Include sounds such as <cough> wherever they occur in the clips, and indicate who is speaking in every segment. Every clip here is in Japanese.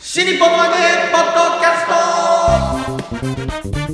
Speaker 1: 新日本のアゲポッドキャスト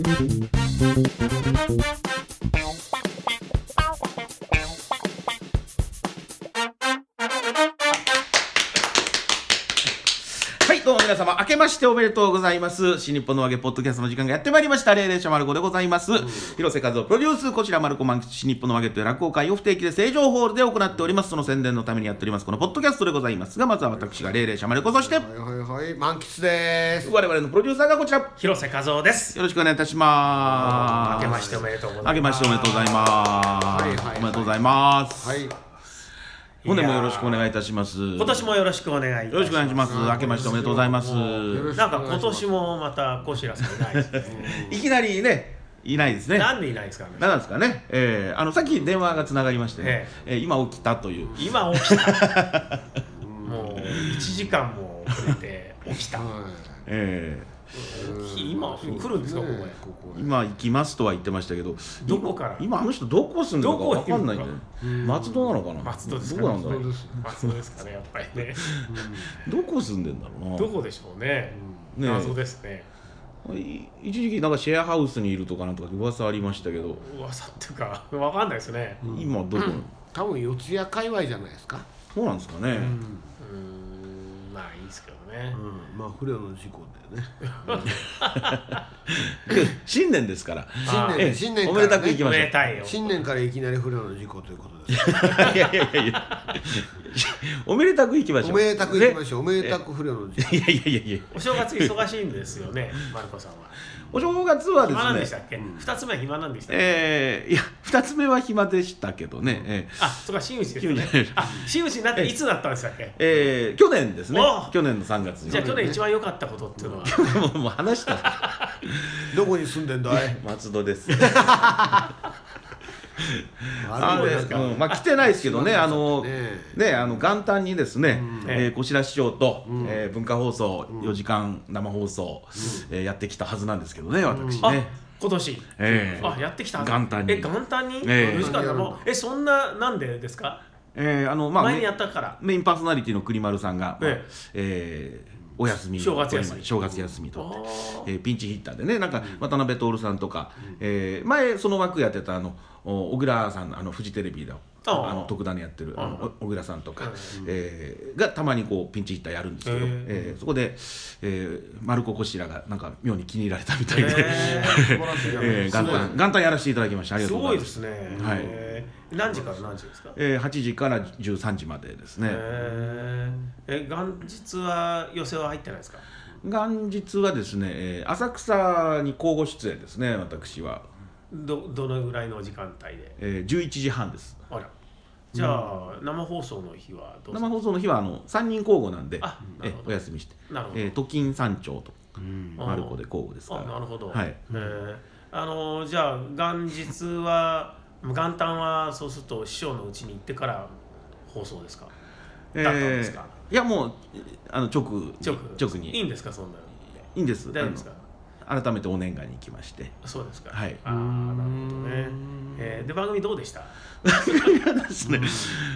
Speaker 1: はい、どうも皆様、明けましておめでとうございます。新日本のわげポッドキャストの時間がやってまいりました。霊霊者丸子でございます。広瀬和夫プロデュース、こちら丸子満吉新日本のわげという落語会を不定期で正常ホールで行っております。その宣伝のためにやっております、このポッドキャストでございますが、まずは私が霊霊者丸子、そして、
Speaker 2: はいはいはい、満喫です。
Speaker 1: 我々のプロデューサーがこちら。
Speaker 3: 広瀬和夫です。
Speaker 1: よろしくお願いいたしま
Speaker 3: 明
Speaker 1: す。
Speaker 3: けましておめでとうございます。
Speaker 1: 明けましておめでとうございます。
Speaker 2: はいはいはい
Speaker 1: おめでとうございます。
Speaker 2: はい、
Speaker 1: 本年もよろしくお願いいたします。
Speaker 3: 今年もよろしくお願いいたします。
Speaker 1: よろしくお願いします。明けましておめでとうございます。
Speaker 2: よろしく
Speaker 3: なんか今年もまた小白さんいないで
Speaker 1: <laughs>
Speaker 3: すね。
Speaker 1: いきなりね、いないですね。な
Speaker 3: 何人いないですかね。
Speaker 1: んですかね。えーあのさっき電話がつながりまして、ね
Speaker 3: え
Speaker 1: えー今起きたという。
Speaker 3: 今起きた。もう一時間も遅れて起きた。
Speaker 2: は
Speaker 1: え
Speaker 2: い
Speaker 3: 今来るんですかここへ
Speaker 2: ここ
Speaker 1: ー
Speaker 2: へ。
Speaker 1: 今行きますとは言ってましたけど、
Speaker 3: どこから
Speaker 1: 今あの人どこ住んでるのかわかんないんだよ
Speaker 3: どこ。
Speaker 1: 松戸なのかな。
Speaker 3: 松戸ですか
Speaker 1: どこなんだろ
Speaker 2: そう
Speaker 1: う。
Speaker 2: です。
Speaker 3: 松戸ですかねやっぱりね。
Speaker 1: どこ住んでんだろうな。
Speaker 3: どこでしょうね。
Speaker 1: ねえ
Speaker 3: 謎ですね。
Speaker 1: い一時期なんかシェアハウスにいるとかなんとかって噂ありましたけど、
Speaker 3: 噂っていうかわかんないですね。
Speaker 1: 今どこ、
Speaker 2: 多分四谷界隈じゃないですか。
Speaker 1: そうなんですかね、
Speaker 3: うーんまあいいですけどね。
Speaker 2: うん、まあ不良の事故だよね。
Speaker 1: 新年ですから <laughs>
Speaker 2: 新
Speaker 3: あ
Speaker 2: 年、
Speaker 1: ええ
Speaker 2: 新年
Speaker 1: お
Speaker 2: か
Speaker 1: めで
Speaker 2: ら、
Speaker 1: たくい
Speaker 2: ね
Speaker 1: き、ましょ
Speaker 3: おめでたいよ。
Speaker 2: 新年からいきなり不良の事故ということです。
Speaker 1: ういやいやいやいやおめでたくいきましょう
Speaker 2: おめでたくいきま
Speaker 1: ょ
Speaker 2: しょう。おめでたく不良の事故。
Speaker 1: う、ね、いやいやいやいや
Speaker 3: お正月忙しいんですよね、マルコさんは。
Speaker 1: お正月は
Speaker 3: 暇なん
Speaker 1: で
Speaker 3: ですした
Speaker 1: ね
Speaker 3: っけ二つ目は暇なんでしたっけ
Speaker 1: えー、いや2つ目は暇でしたけどね、えー
Speaker 3: あ、そうか、真打ちですね
Speaker 1: 真打ち。
Speaker 3: あ、真打ちになっていつだったんでしたっけ
Speaker 1: えー去年ですね
Speaker 3: お
Speaker 1: 去年の3月に
Speaker 3: じゃあ去年一番良かったことっていうのは、
Speaker 1: <laughs> もうもう話した
Speaker 2: どこに住んでんだい。
Speaker 1: 松戸ですあ
Speaker 2: あ
Speaker 1: ー
Speaker 2: れ
Speaker 1: で
Speaker 2: ですか。
Speaker 1: うんまあ、来てないですけどね、
Speaker 2: あ
Speaker 1: あの
Speaker 2: ね
Speaker 1: ねあの元旦にですね、えーこちら師匠と、
Speaker 2: ん
Speaker 1: えー文化放送4時間生放送、えーやってきたはずなんですけどね、私
Speaker 3: あ
Speaker 1: ね。、
Speaker 3: 今年。
Speaker 1: ええ
Speaker 3: あ、やってきた
Speaker 1: 元旦に
Speaker 3: え、元旦に
Speaker 1: ええ
Speaker 3: ?4 時間でもえ、そんな、なんでですか
Speaker 1: えーあのまあ
Speaker 3: 前に
Speaker 1: メ
Speaker 3: やったから。
Speaker 1: メインパーソナリティの栗丸さんが、まあ
Speaker 3: え
Speaker 1: えーお休みを
Speaker 3: 正月休み
Speaker 1: 正月休み
Speaker 3: あ
Speaker 1: とって。
Speaker 3: ー
Speaker 1: えーピンチヒッターでねなんか渡辺徹さんとか、えー前その枠やってたあのお小倉さんのあのフジテレビの
Speaker 3: あー
Speaker 1: あの特段でやってるあ
Speaker 3: はいは
Speaker 1: のお小倉さんとか、
Speaker 3: うん
Speaker 1: えーがたまにこうピンチヒッターやるんですけど、
Speaker 3: へ
Speaker 1: え
Speaker 3: ー
Speaker 1: ーそこで、えー、丸子こしらがなんか妙に気に入られたみたいで、
Speaker 3: <laughs> え
Speaker 2: 素晴らしいじゃない
Speaker 1: <laughs> え
Speaker 2: です
Speaker 1: ー元
Speaker 2: か。
Speaker 1: 旦元旦やらせていただきましたあ
Speaker 3: え
Speaker 1: りが
Speaker 3: す
Speaker 1: とうござ
Speaker 3: ご
Speaker 1: い
Speaker 3: い
Speaker 1: ま
Speaker 3: ですすね。
Speaker 1: はい
Speaker 3: ええ何時から何時ですか
Speaker 1: えー8時から13時までですね、
Speaker 3: えええ、元日は寄席は入ってないですか
Speaker 1: 元日はですね、えー浅草に交互出演ですね私は、
Speaker 3: ど、どのぐらいの時間帯で
Speaker 1: えー、11時半です
Speaker 3: あら。じゃあ、生放送の日はどうです
Speaker 1: 生
Speaker 3: か
Speaker 1: 放送の日はあの3人交互なんで
Speaker 3: あな
Speaker 1: え
Speaker 3: るほど
Speaker 1: お休みして、
Speaker 3: なるほど
Speaker 1: えー、都金山町と
Speaker 2: うん
Speaker 3: あー
Speaker 1: 丸子で交互ですか
Speaker 3: あ
Speaker 1: ら
Speaker 3: なるほど、
Speaker 1: はい
Speaker 3: へえあのーじゃあ元日は元旦はそうすると師匠のうちに行ってから放送ですか
Speaker 1: え
Speaker 3: だったんですか
Speaker 1: ーいやもうえーあの直に
Speaker 3: 直
Speaker 1: 直
Speaker 3: いい
Speaker 1: に
Speaker 3: んですかそんなの
Speaker 1: いいんです
Speaker 3: 大丈夫ですか
Speaker 1: あの改めてお年賀に行きま
Speaker 3: <laughs>
Speaker 1: して
Speaker 3: そうですか
Speaker 1: はい
Speaker 3: ああなるほどねえーで番組どうでした
Speaker 1: ですね、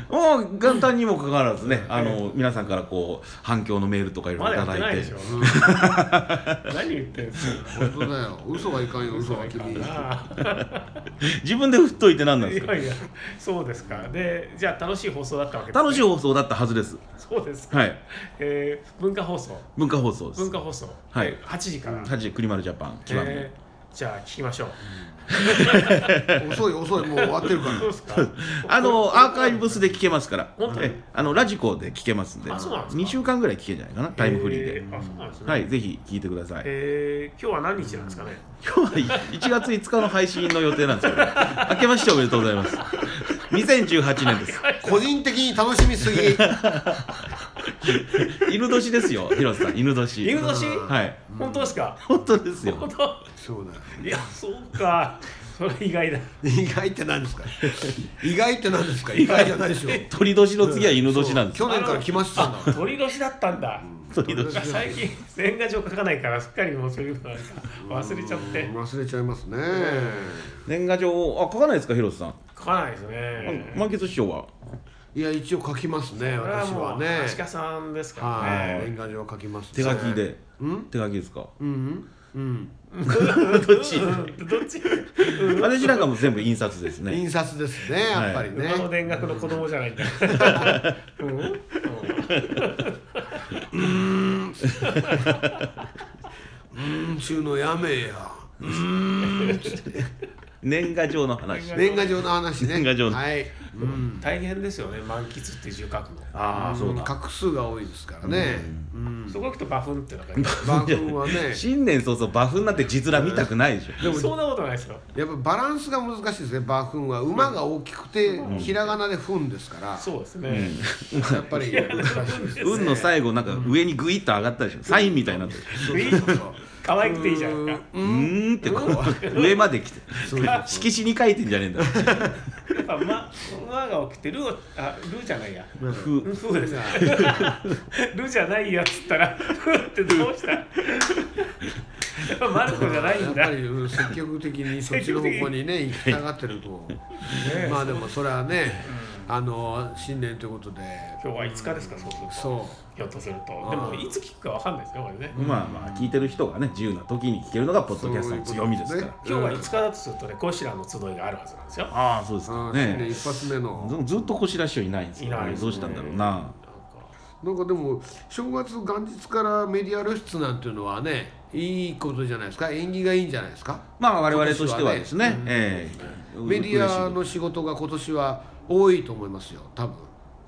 Speaker 1: もう元旦にもかかわらずね、
Speaker 3: <laughs>
Speaker 1: あの皆さんからこう反響のメールとかいろい
Speaker 3: ま
Speaker 1: ろい
Speaker 3: だ
Speaker 1: ただ
Speaker 3: やってないい
Speaker 1: て
Speaker 3: でしょ何言ってん <laughs> すか
Speaker 2: 本当だよ。嘘はいかんよ。嘘
Speaker 3: 嘘
Speaker 2: は
Speaker 3: はい
Speaker 2: か
Speaker 3: か
Speaker 2: ん
Speaker 3: ん
Speaker 2: よ。
Speaker 1: <laughs>
Speaker 3: な
Speaker 1: 自分で振っといて何なん
Speaker 3: い
Speaker 1: ですか
Speaker 3: やいやそうですかでじゃあ楽しい放送だったわけですね、
Speaker 1: 楽しい放送だったはずです
Speaker 3: そうですか、
Speaker 1: はい
Speaker 3: えー文化放送
Speaker 1: 文化放送です
Speaker 3: 文化放送
Speaker 1: はい
Speaker 3: 8時から、
Speaker 1: 8時栗丸ジャパン極み、
Speaker 3: えーじゃあ聞きましょう。
Speaker 2: 遅い遅いもう終わってるか
Speaker 3: そう
Speaker 2: ら
Speaker 3: ですか。
Speaker 1: <laughs> あのアーカイブスで聞けますから
Speaker 3: 本当、に
Speaker 1: えあのラジコで聞けますんで、
Speaker 3: あそうなんですか
Speaker 1: 2週間ぐらい聞けるんじゃないかな、タイムフリーで。
Speaker 3: えあ、そうなんですね。
Speaker 1: はい、ぜひ聞いてください。
Speaker 3: えー、今日は何日なんですかね。
Speaker 1: 今日は1月5日の配信の予定なんですよ、ね。明けましておめでとうございます。2018年です。
Speaker 2: 個人的に楽しみすぎ
Speaker 1: 犬年ですよ、広瀬さん、犬年。
Speaker 3: 犬年？
Speaker 1: はい。
Speaker 3: 本当ですか。
Speaker 1: 本当ですよ。
Speaker 3: 本当。
Speaker 2: そうだよ
Speaker 3: いや、そうか。それ意外だ。
Speaker 2: 意外って何ですか意外って何ですか意外じゃないでしょ
Speaker 1: 鳥年の次は犬年なんですよ。
Speaker 2: 去年から来ましたんだ
Speaker 3: あ鳥年だったんだ。
Speaker 1: 鳥年。
Speaker 3: 最近年賀状書かないからすっかりもうそういうのなんか忘れちゃって
Speaker 2: 忘れちゃいますね
Speaker 1: 年賀状、あ、書かないですか、広瀬さん。
Speaker 3: 書かないですね。
Speaker 1: 満月師匠は。
Speaker 2: いや一応書きますね
Speaker 3: これは
Speaker 2: 私
Speaker 3: も
Speaker 2: は
Speaker 3: う
Speaker 2: ね
Speaker 3: 足利さんですからね
Speaker 2: はい
Speaker 1: ね
Speaker 2: 年賀状書きますね
Speaker 1: 手書きで
Speaker 2: うん
Speaker 1: 手書きです
Speaker 3: <laughs>
Speaker 1: か
Speaker 2: うんうん
Speaker 1: どっち
Speaker 3: うんどっち
Speaker 1: 私なんかも全部印刷ですね
Speaker 2: 印刷ですねやっぱりね
Speaker 3: この田楽の子供じゃないんだ
Speaker 1: <laughs>
Speaker 3: うんうん
Speaker 2: うん中のやめや
Speaker 1: 年賀状の話
Speaker 2: 年賀状の話ね
Speaker 1: 年賀状の
Speaker 2: はいうん
Speaker 3: 大変ですよね満喫っていう字を書くの
Speaker 1: ああそうだ
Speaker 2: 画数が多いですからねうん
Speaker 3: そこ行くとバフンってのがね
Speaker 2: 番組はね
Speaker 1: 新年早々バフンなんて字面見たくないでしょ
Speaker 3: そんなことないですよ
Speaker 2: やっぱバランスが難しいですね馬糞は馬が大きくてひらがなで糞ですから
Speaker 3: そうですね
Speaker 2: やっぱり難しいですね
Speaker 1: 運の最後なんか上にグイッと上がったでしょサインみたいになってる
Speaker 3: 可愛くていいじゃないですか
Speaker 1: うーんってこう上まで来て
Speaker 2: そうそう
Speaker 1: 色紙に書いてんじゃねえんだ
Speaker 3: やっぱま「ま」が多くて「る」をあ「る」じゃないや「
Speaker 1: ふ
Speaker 3: ふ」です「る」じゃないやっつったら「ふ」ってどうしたやっぱマルコじゃないんだ
Speaker 2: やっぱりうん積極的にそっちの方向にね行きたがってると
Speaker 3: ね
Speaker 2: まあでもそれはねあの新年ということで
Speaker 3: 今日は5日ですかそうすると
Speaker 2: そ
Speaker 3: ひょっとすると
Speaker 2: ん
Speaker 3: でもいつ聞くかわかんないですよこれね
Speaker 1: まあまあ聞いてる人がね自由な時に聞けるのがポッドキャストの強みですから
Speaker 2: そういうことね
Speaker 3: 今日は5日だとするとねコシラの集いがあるはずなんですよなんか
Speaker 1: ああそうです
Speaker 2: ううん
Speaker 1: か
Speaker 2: 新年
Speaker 1: ね
Speaker 2: 一発目の
Speaker 1: ずずっとこしら師匠いないんですけど
Speaker 3: いないですね
Speaker 1: どうしたんだろうな
Speaker 2: なんかでも正月元日からメディア露出なんていうのはねいいことじゃないですか縁起がいいんじゃないですか
Speaker 1: まあ我々としてはですねええ
Speaker 2: メディアの仕事が今年は多いと思いますよ多分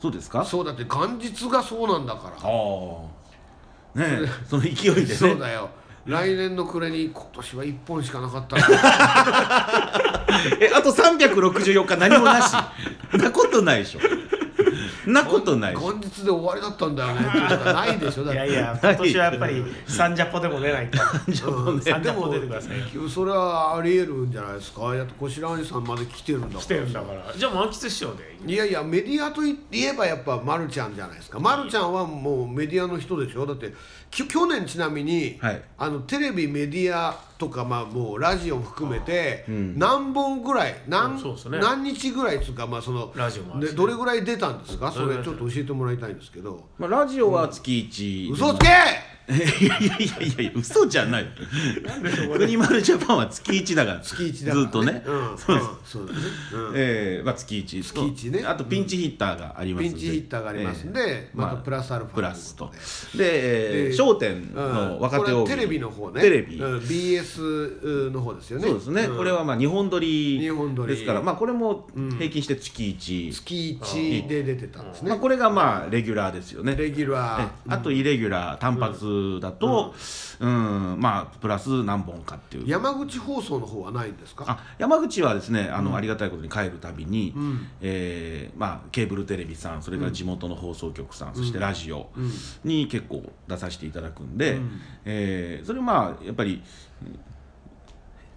Speaker 1: そうですか
Speaker 2: そうだって元日がそうなんだから
Speaker 1: ああねえその勢いで
Speaker 2: そ
Speaker 1: ね
Speaker 2: うだよ来年の暮れに今年は1本しかなかったら
Speaker 1: えあと364日何もなしなことないでしょなことないでしょ
Speaker 2: 元日で終わりだったんだよねっていうのがないでしょだっ
Speaker 3: い
Speaker 2: て
Speaker 1: <laughs>
Speaker 3: やいや今年はやっぱりサンジャポでも出ないと
Speaker 2: うん
Speaker 3: サンジ
Speaker 2: で
Speaker 3: ャポ
Speaker 2: も
Speaker 3: 出てくださいよ
Speaker 2: それはあり得るんじゃないですかだってこしらんさんまで来てるんだから
Speaker 3: 来てるんだからじゃあ満喫師匠で
Speaker 2: いやいやメディアといえばやっぱまるちゃんじゃないですかまるちゃんはもうメディアの人でしょだってき去年ちなみに、
Speaker 1: はい
Speaker 2: あのテレビメディアとかまあもうラジオ含めて何本ぐらい何,、
Speaker 3: うんそうですね
Speaker 2: 何日ぐらいっつうかまあその
Speaker 3: ラジオもあるし
Speaker 2: でどれぐらい出たんですかそれ
Speaker 3: うん
Speaker 2: ちょっと教えてもらいたいんですけど
Speaker 1: まあラジオは月1
Speaker 2: 嘘つけ
Speaker 1: いやいやいやいや嘘じゃない国丸ジャパンは月1だから
Speaker 2: 月1だから、
Speaker 1: ずっとね、
Speaker 2: うん、
Speaker 1: そうです、
Speaker 2: んそうだね、うん
Speaker 1: ええまあ、月1月
Speaker 2: 一ね
Speaker 1: あとピンチヒッターがあります
Speaker 2: ピ
Speaker 1: んで
Speaker 2: ンチヒッターがありますんで、
Speaker 1: え
Speaker 2: またプラスアル
Speaker 1: え
Speaker 2: ファ
Speaker 1: プラスと
Speaker 2: いうこ
Speaker 1: で、ええ
Speaker 2: で
Speaker 1: 商店
Speaker 2: とでうん
Speaker 1: の若手大
Speaker 2: こ
Speaker 1: 喜利
Speaker 2: れはテレビの方ね
Speaker 1: テレビ、
Speaker 2: うん、BS の方ですよね
Speaker 1: そうですね、
Speaker 2: ん
Speaker 1: これはまあ日本撮り
Speaker 2: 日本撮り
Speaker 1: ですからまあこれも平均して月1、
Speaker 2: 月1で出てたんですね、
Speaker 1: まあ、これがまあレギュラーですよね
Speaker 2: レギュラ
Speaker 1: ええあとイレギュラー単発だと、うんまあプラス何本かっていう
Speaker 2: ー山口放送の方はないんですか
Speaker 1: あ山口はですねあの、ありがたいことに帰るたびに、えーまあ、ケーブルテレビさんそれから地元の放送局さん、そしてラジオに結構出させていただくんで、えーそれまあやっぱりうん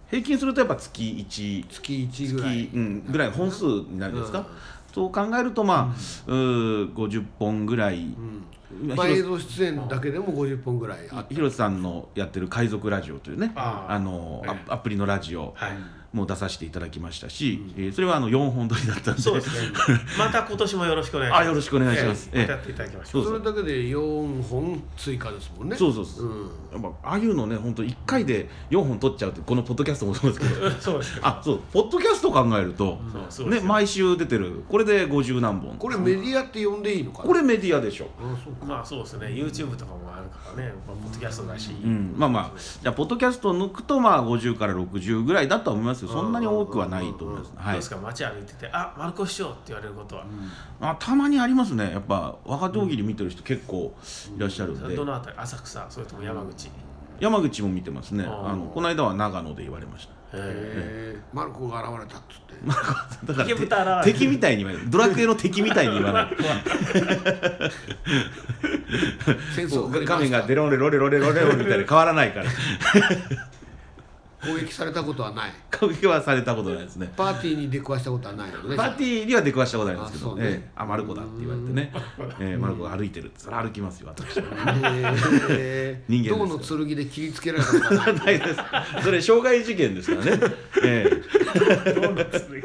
Speaker 1: 平均するとやっぱ月1
Speaker 2: 月1ぐらい
Speaker 1: 月、うん、ぐらい本数になるんですか、
Speaker 2: うん
Speaker 1: そう考えるとまあ、うん、50本ぐらい、
Speaker 2: うんまあ、映
Speaker 1: 広
Speaker 2: 像出演だけでも50本ぐらいあって
Speaker 1: 広瀬さんのやってる「海賊ラジオ」というね
Speaker 3: あ
Speaker 1: あ
Speaker 3: ー
Speaker 1: の、
Speaker 3: ええ
Speaker 1: アアプリのラジオ
Speaker 3: はい
Speaker 1: も出させていただきましたし、えーそれはあの4本撮りだったんで
Speaker 3: そうですねまた今年もよろしくお願いします
Speaker 1: あよろしくお願いします、
Speaker 3: え
Speaker 1: え
Speaker 3: えまたやっ
Speaker 1: え
Speaker 3: ていただきましょ
Speaker 1: そううそ
Speaker 2: そうれだけで4本追加ですもんね
Speaker 1: そうそうそう、
Speaker 2: うん
Speaker 1: やっぱああいうのね本当一回で4本撮っちゃうってこのポッドキャストもそうですけど
Speaker 3: そうですけど
Speaker 1: あそうポッドキャスト考えると、
Speaker 3: そうそうで
Speaker 1: ね
Speaker 3: すよ
Speaker 1: 毎週出てるこれで50何本
Speaker 2: これメディアって呼んでいいのかな
Speaker 1: これメディアでしょ
Speaker 2: あそうか
Speaker 3: まあそうですね YouTube とかもあるからねまあポッドキャストだし
Speaker 1: うん、まあまあじゃあポッドキャストを抜くとまあ50から60ぐらいだとは思いますよそんなに多くはないと思います、
Speaker 3: どう
Speaker 1: はい
Speaker 3: ですか街歩いてて「あマルコ師匠」って言われることは
Speaker 1: あたまにありますねやっぱ若手大喜利見てる人結構いらっしゃるんで、
Speaker 3: どのあたり浅草それとも山口
Speaker 1: 山口も見てますね
Speaker 3: あー
Speaker 1: あのこの間は長野で言われま
Speaker 3: <laughs>
Speaker 1: した
Speaker 2: へえマルコが現れたっつって
Speaker 1: だから
Speaker 3: 池豚ラーメン
Speaker 1: 敵みたいに言わないドラクエの敵みたいに言わない
Speaker 2: 戦
Speaker 1: そ
Speaker 2: 争
Speaker 1: う
Speaker 2: が
Speaker 1: 画面がデロレロレロレロレロみたいに変わらないから
Speaker 2: 攻撃されたことはない
Speaker 1: 攻撃はされたことないですね
Speaker 2: パーティーに出くわしたことはないよね
Speaker 1: パーティーには出くわしたことありますけ
Speaker 2: あそ
Speaker 1: ど「
Speaker 2: うね
Speaker 1: ええあマルコだ」って言われてね「ええマルコが歩いてる」それ歩きますよ私
Speaker 2: えー
Speaker 1: 人間ですよ
Speaker 2: 銅の剣で切りつけられたことはない
Speaker 1: ないです。それ傷害事件ですからね。ええ
Speaker 3: <laughs> どうなんですかね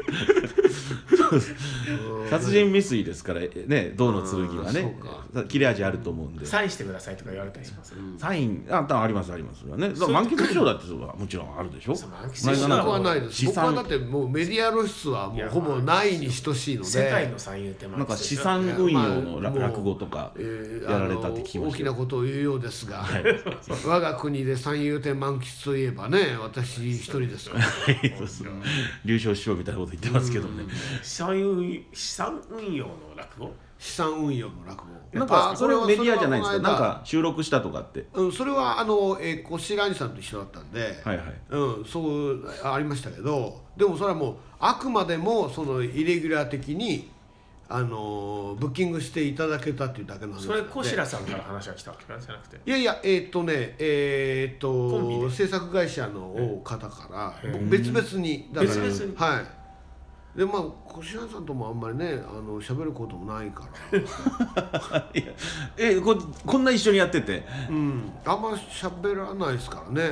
Speaker 2: う
Speaker 1: 殺人未遂ですからね銅の剣はね
Speaker 2: うん
Speaker 1: 切れ味あると思うんで
Speaker 3: サインしてくださいとか言われたりします、
Speaker 1: サインあありますありますよねだから満喫賞だってそうだもちろんあるでしょ
Speaker 3: そう満喫
Speaker 1: こ
Speaker 3: 賞
Speaker 2: 僕
Speaker 1: の間んか
Speaker 2: はないです
Speaker 1: 資
Speaker 2: 僕は
Speaker 1: 産
Speaker 2: だってもうメディア露出はもうほぼないに等しいので
Speaker 3: 世界の三遊って
Speaker 1: なんか資
Speaker 3: ん
Speaker 1: 産運用のら
Speaker 2: まあ
Speaker 1: 落語とか
Speaker 2: えー
Speaker 1: やられたって聞き
Speaker 2: あの
Speaker 1: ま
Speaker 2: 大
Speaker 1: し
Speaker 2: き
Speaker 1: た
Speaker 2: な
Speaker 1: よ
Speaker 2: ことを言うようですが、 <laughs> 我が国で三遊亭満喫といえばね私一人で
Speaker 1: <laughs>
Speaker 2: すから
Speaker 1: そうそう流暢師匠みたいなこと言ってますけどね
Speaker 3: 資産運資産運用の落語
Speaker 2: 資産運用の落語
Speaker 1: <laughs> なんか
Speaker 2: あ
Speaker 1: それメディアじゃないんですかな
Speaker 2: それは
Speaker 1: ん
Speaker 2: この間
Speaker 1: か収録したとかって
Speaker 2: うん、それはあの、えー、こしらにさんと一緒だったんで、
Speaker 1: はいはい
Speaker 2: うん、そうあありましたけどでもそれはもうあくまでもそのイレギュラー的にあのーブッキングしていただけたっていうだけの話
Speaker 3: それ小
Speaker 2: ら
Speaker 3: 白さんから話が来たわけなんじゃなくて
Speaker 2: いやいやえーっ、とねえーっ、
Speaker 3: コンビ
Speaker 2: と
Speaker 3: で
Speaker 2: 制作会社の方から
Speaker 3: へ
Speaker 2: 僕別々にだから
Speaker 3: 別々に
Speaker 2: はいでまあこしらさんともあんまりねあの喋ることもないから
Speaker 1: いやえここんな一緒にやってて
Speaker 3: <laughs>
Speaker 2: うんあんま喋らないですからね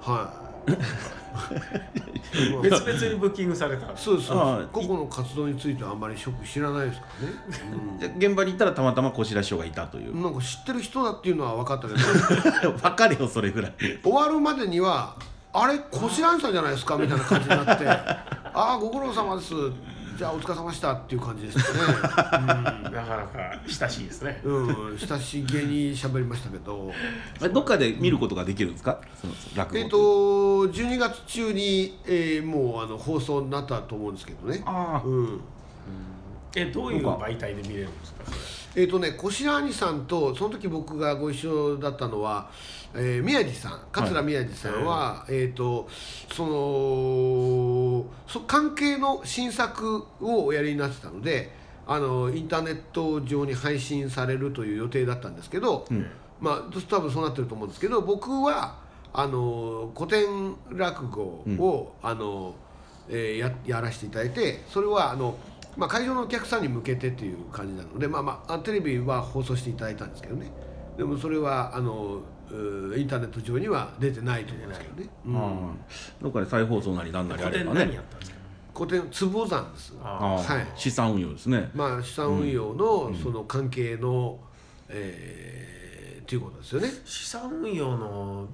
Speaker 2: はい <laughs> まあ
Speaker 3: <laughs> 別々にブッキングされたわけ
Speaker 2: そうそう
Speaker 1: ああ
Speaker 2: 個々の活動についてはあんまりよく知らないですからね、
Speaker 1: じゃ現場に行ったらたまたま小白師匠がいたという <laughs>
Speaker 2: うん、なんか知ってる人だっていうのは分かったけど <laughs>
Speaker 1: 分かるよそれぐらい
Speaker 2: 終わるまでには「あれこしらんさんじゃないですか」みたいな感じになって「ああご苦労様ですじゃあお疲れ様でした」っていう感じでしたね、
Speaker 3: なかなか親しいですね
Speaker 2: うん、うん、親しげに喋りましたけど
Speaker 1: えどっかで見ることができるんですか、その落語
Speaker 2: えっ、と12月中に、えーもうあの放送になったと思うんですけどね
Speaker 1: ああ
Speaker 2: うん
Speaker 3: <laughs> えどういう媒体で見れるんですかそれ
Speaker 2: えっ、とね、こしら兄さんとその時僕がご一緒だったのは、えー宮地さん桂宮地さんは、えっ、とそのそ関係の新作をおやりになってたのであのインターネット上に配信されるという予定だったんですけど、まあ多分そうなってると思うんですけど僕はあの古典落語を、あのえーややらせていただいてそれはあの、まあ、会場のお客さんに向けてという感じなので、まあまあ、あテレビは放送していただいたんですけどねでもそれはあのうーインターネット上には出てないと思うんですけどね、うん
Speaker 1: ああどっかで再放送なりなんなりあ
Speaker 3: こ
Speaker 1: れ
Speaker 3: こで
Speaker 1: ば
Speaker 3: 何
Speaker 1: ね
Speaker 3: やったんですか
Speaker 2: 古典坪山です
Speaker 1: ああ、
Speaker 2: はい
Speaker 1: 資産運用ですね
Speaker 2: まあ、資産運用のその関係の、えーということですよね
Speaker 3: 資産運用の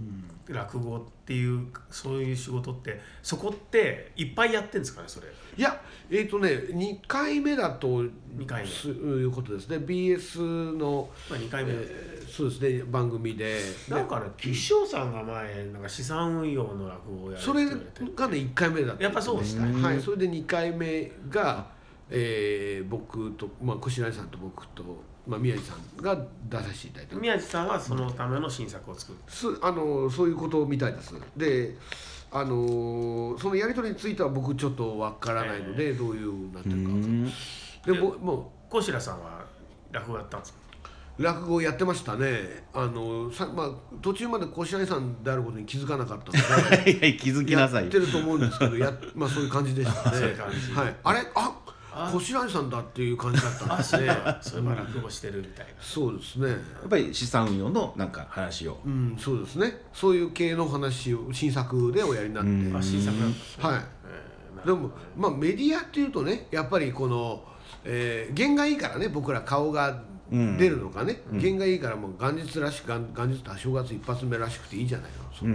Speaker 3: 落語っていうそういう仕事ってそこっていっぱいやってんですかねそれ
Speaker 2: いやえっ、とね2回目だと
Speaker 3: 2回目、
Speaker 2: すいうことですね BS の、
Speaker 3: まあ、2回目、
Speaker 2: えーそうですね番組でで
Speaker 3: なんかね岸尾さんが前なんか資産運用の落語をやるって
Speaker 2: そ
Speaker 3: 言
Speaker 2: れ
Speaker 3: わ
Speaker 2: が
Speaker 3: れ
Speaker 2: ね
Speaker 3: て
Speaker 2: 1回目だった
Speaker 3: やっぱそうでした
Speaker 2: はいそれで2回目が、えー僕と、まあ、小白井さんと僕と、まあ、宮治さんが出させていただいた
Speaker 3: 宮地さんはそのための新作を作る
Speaker 2: すあのそういうことみたいですであのそのやり取りについては僕ちょっとわからないので、どういうなって
Speaker 1: う
Speaker 2: るか
Speaker 1: ん
Speaker 2: でもも
Speaker 3: 小白さんは落語やったんですか
Speaker 2: う落語やってましたねあのさ、まあ、途中まで小白井さんであることに気づかなか
Speaker 1: <laughs>
Speaker 2: ったので
Speaker 1: いやいや気づきなさい
Speaker 2: やっ
Speaker 1: よ
Speaker 2: てると思うんですけどや、まあ、そういう感じでしたね
Speaker 3: そういう感じ
Speaker 2: はい、あれあ
Speaker 3: あ
Speaker 2: 小白井さんだっていう感じだったんです
Speaker 3: そういえ
Speaker 2: ね
Speaker 3: ばそういえば落語してるみたいな
Speaker 2: そうですね
Speaker 1: やっぱり資産運用のなんか話を
Speaker 2: うんそうですねそういう系の話を新作でおやりになって、
Speaker 3: あ新作なんですね
Speaker 2: はい
Speaker 3: えーな
Speaker 2: でも、まあ、メディアっていうとねやっぱりこの、えー、弦がいいからね僕ら顔が出るのかね、弦がいいからもう元日らしく元元日って正月一発目らしくていいじゃないの、そう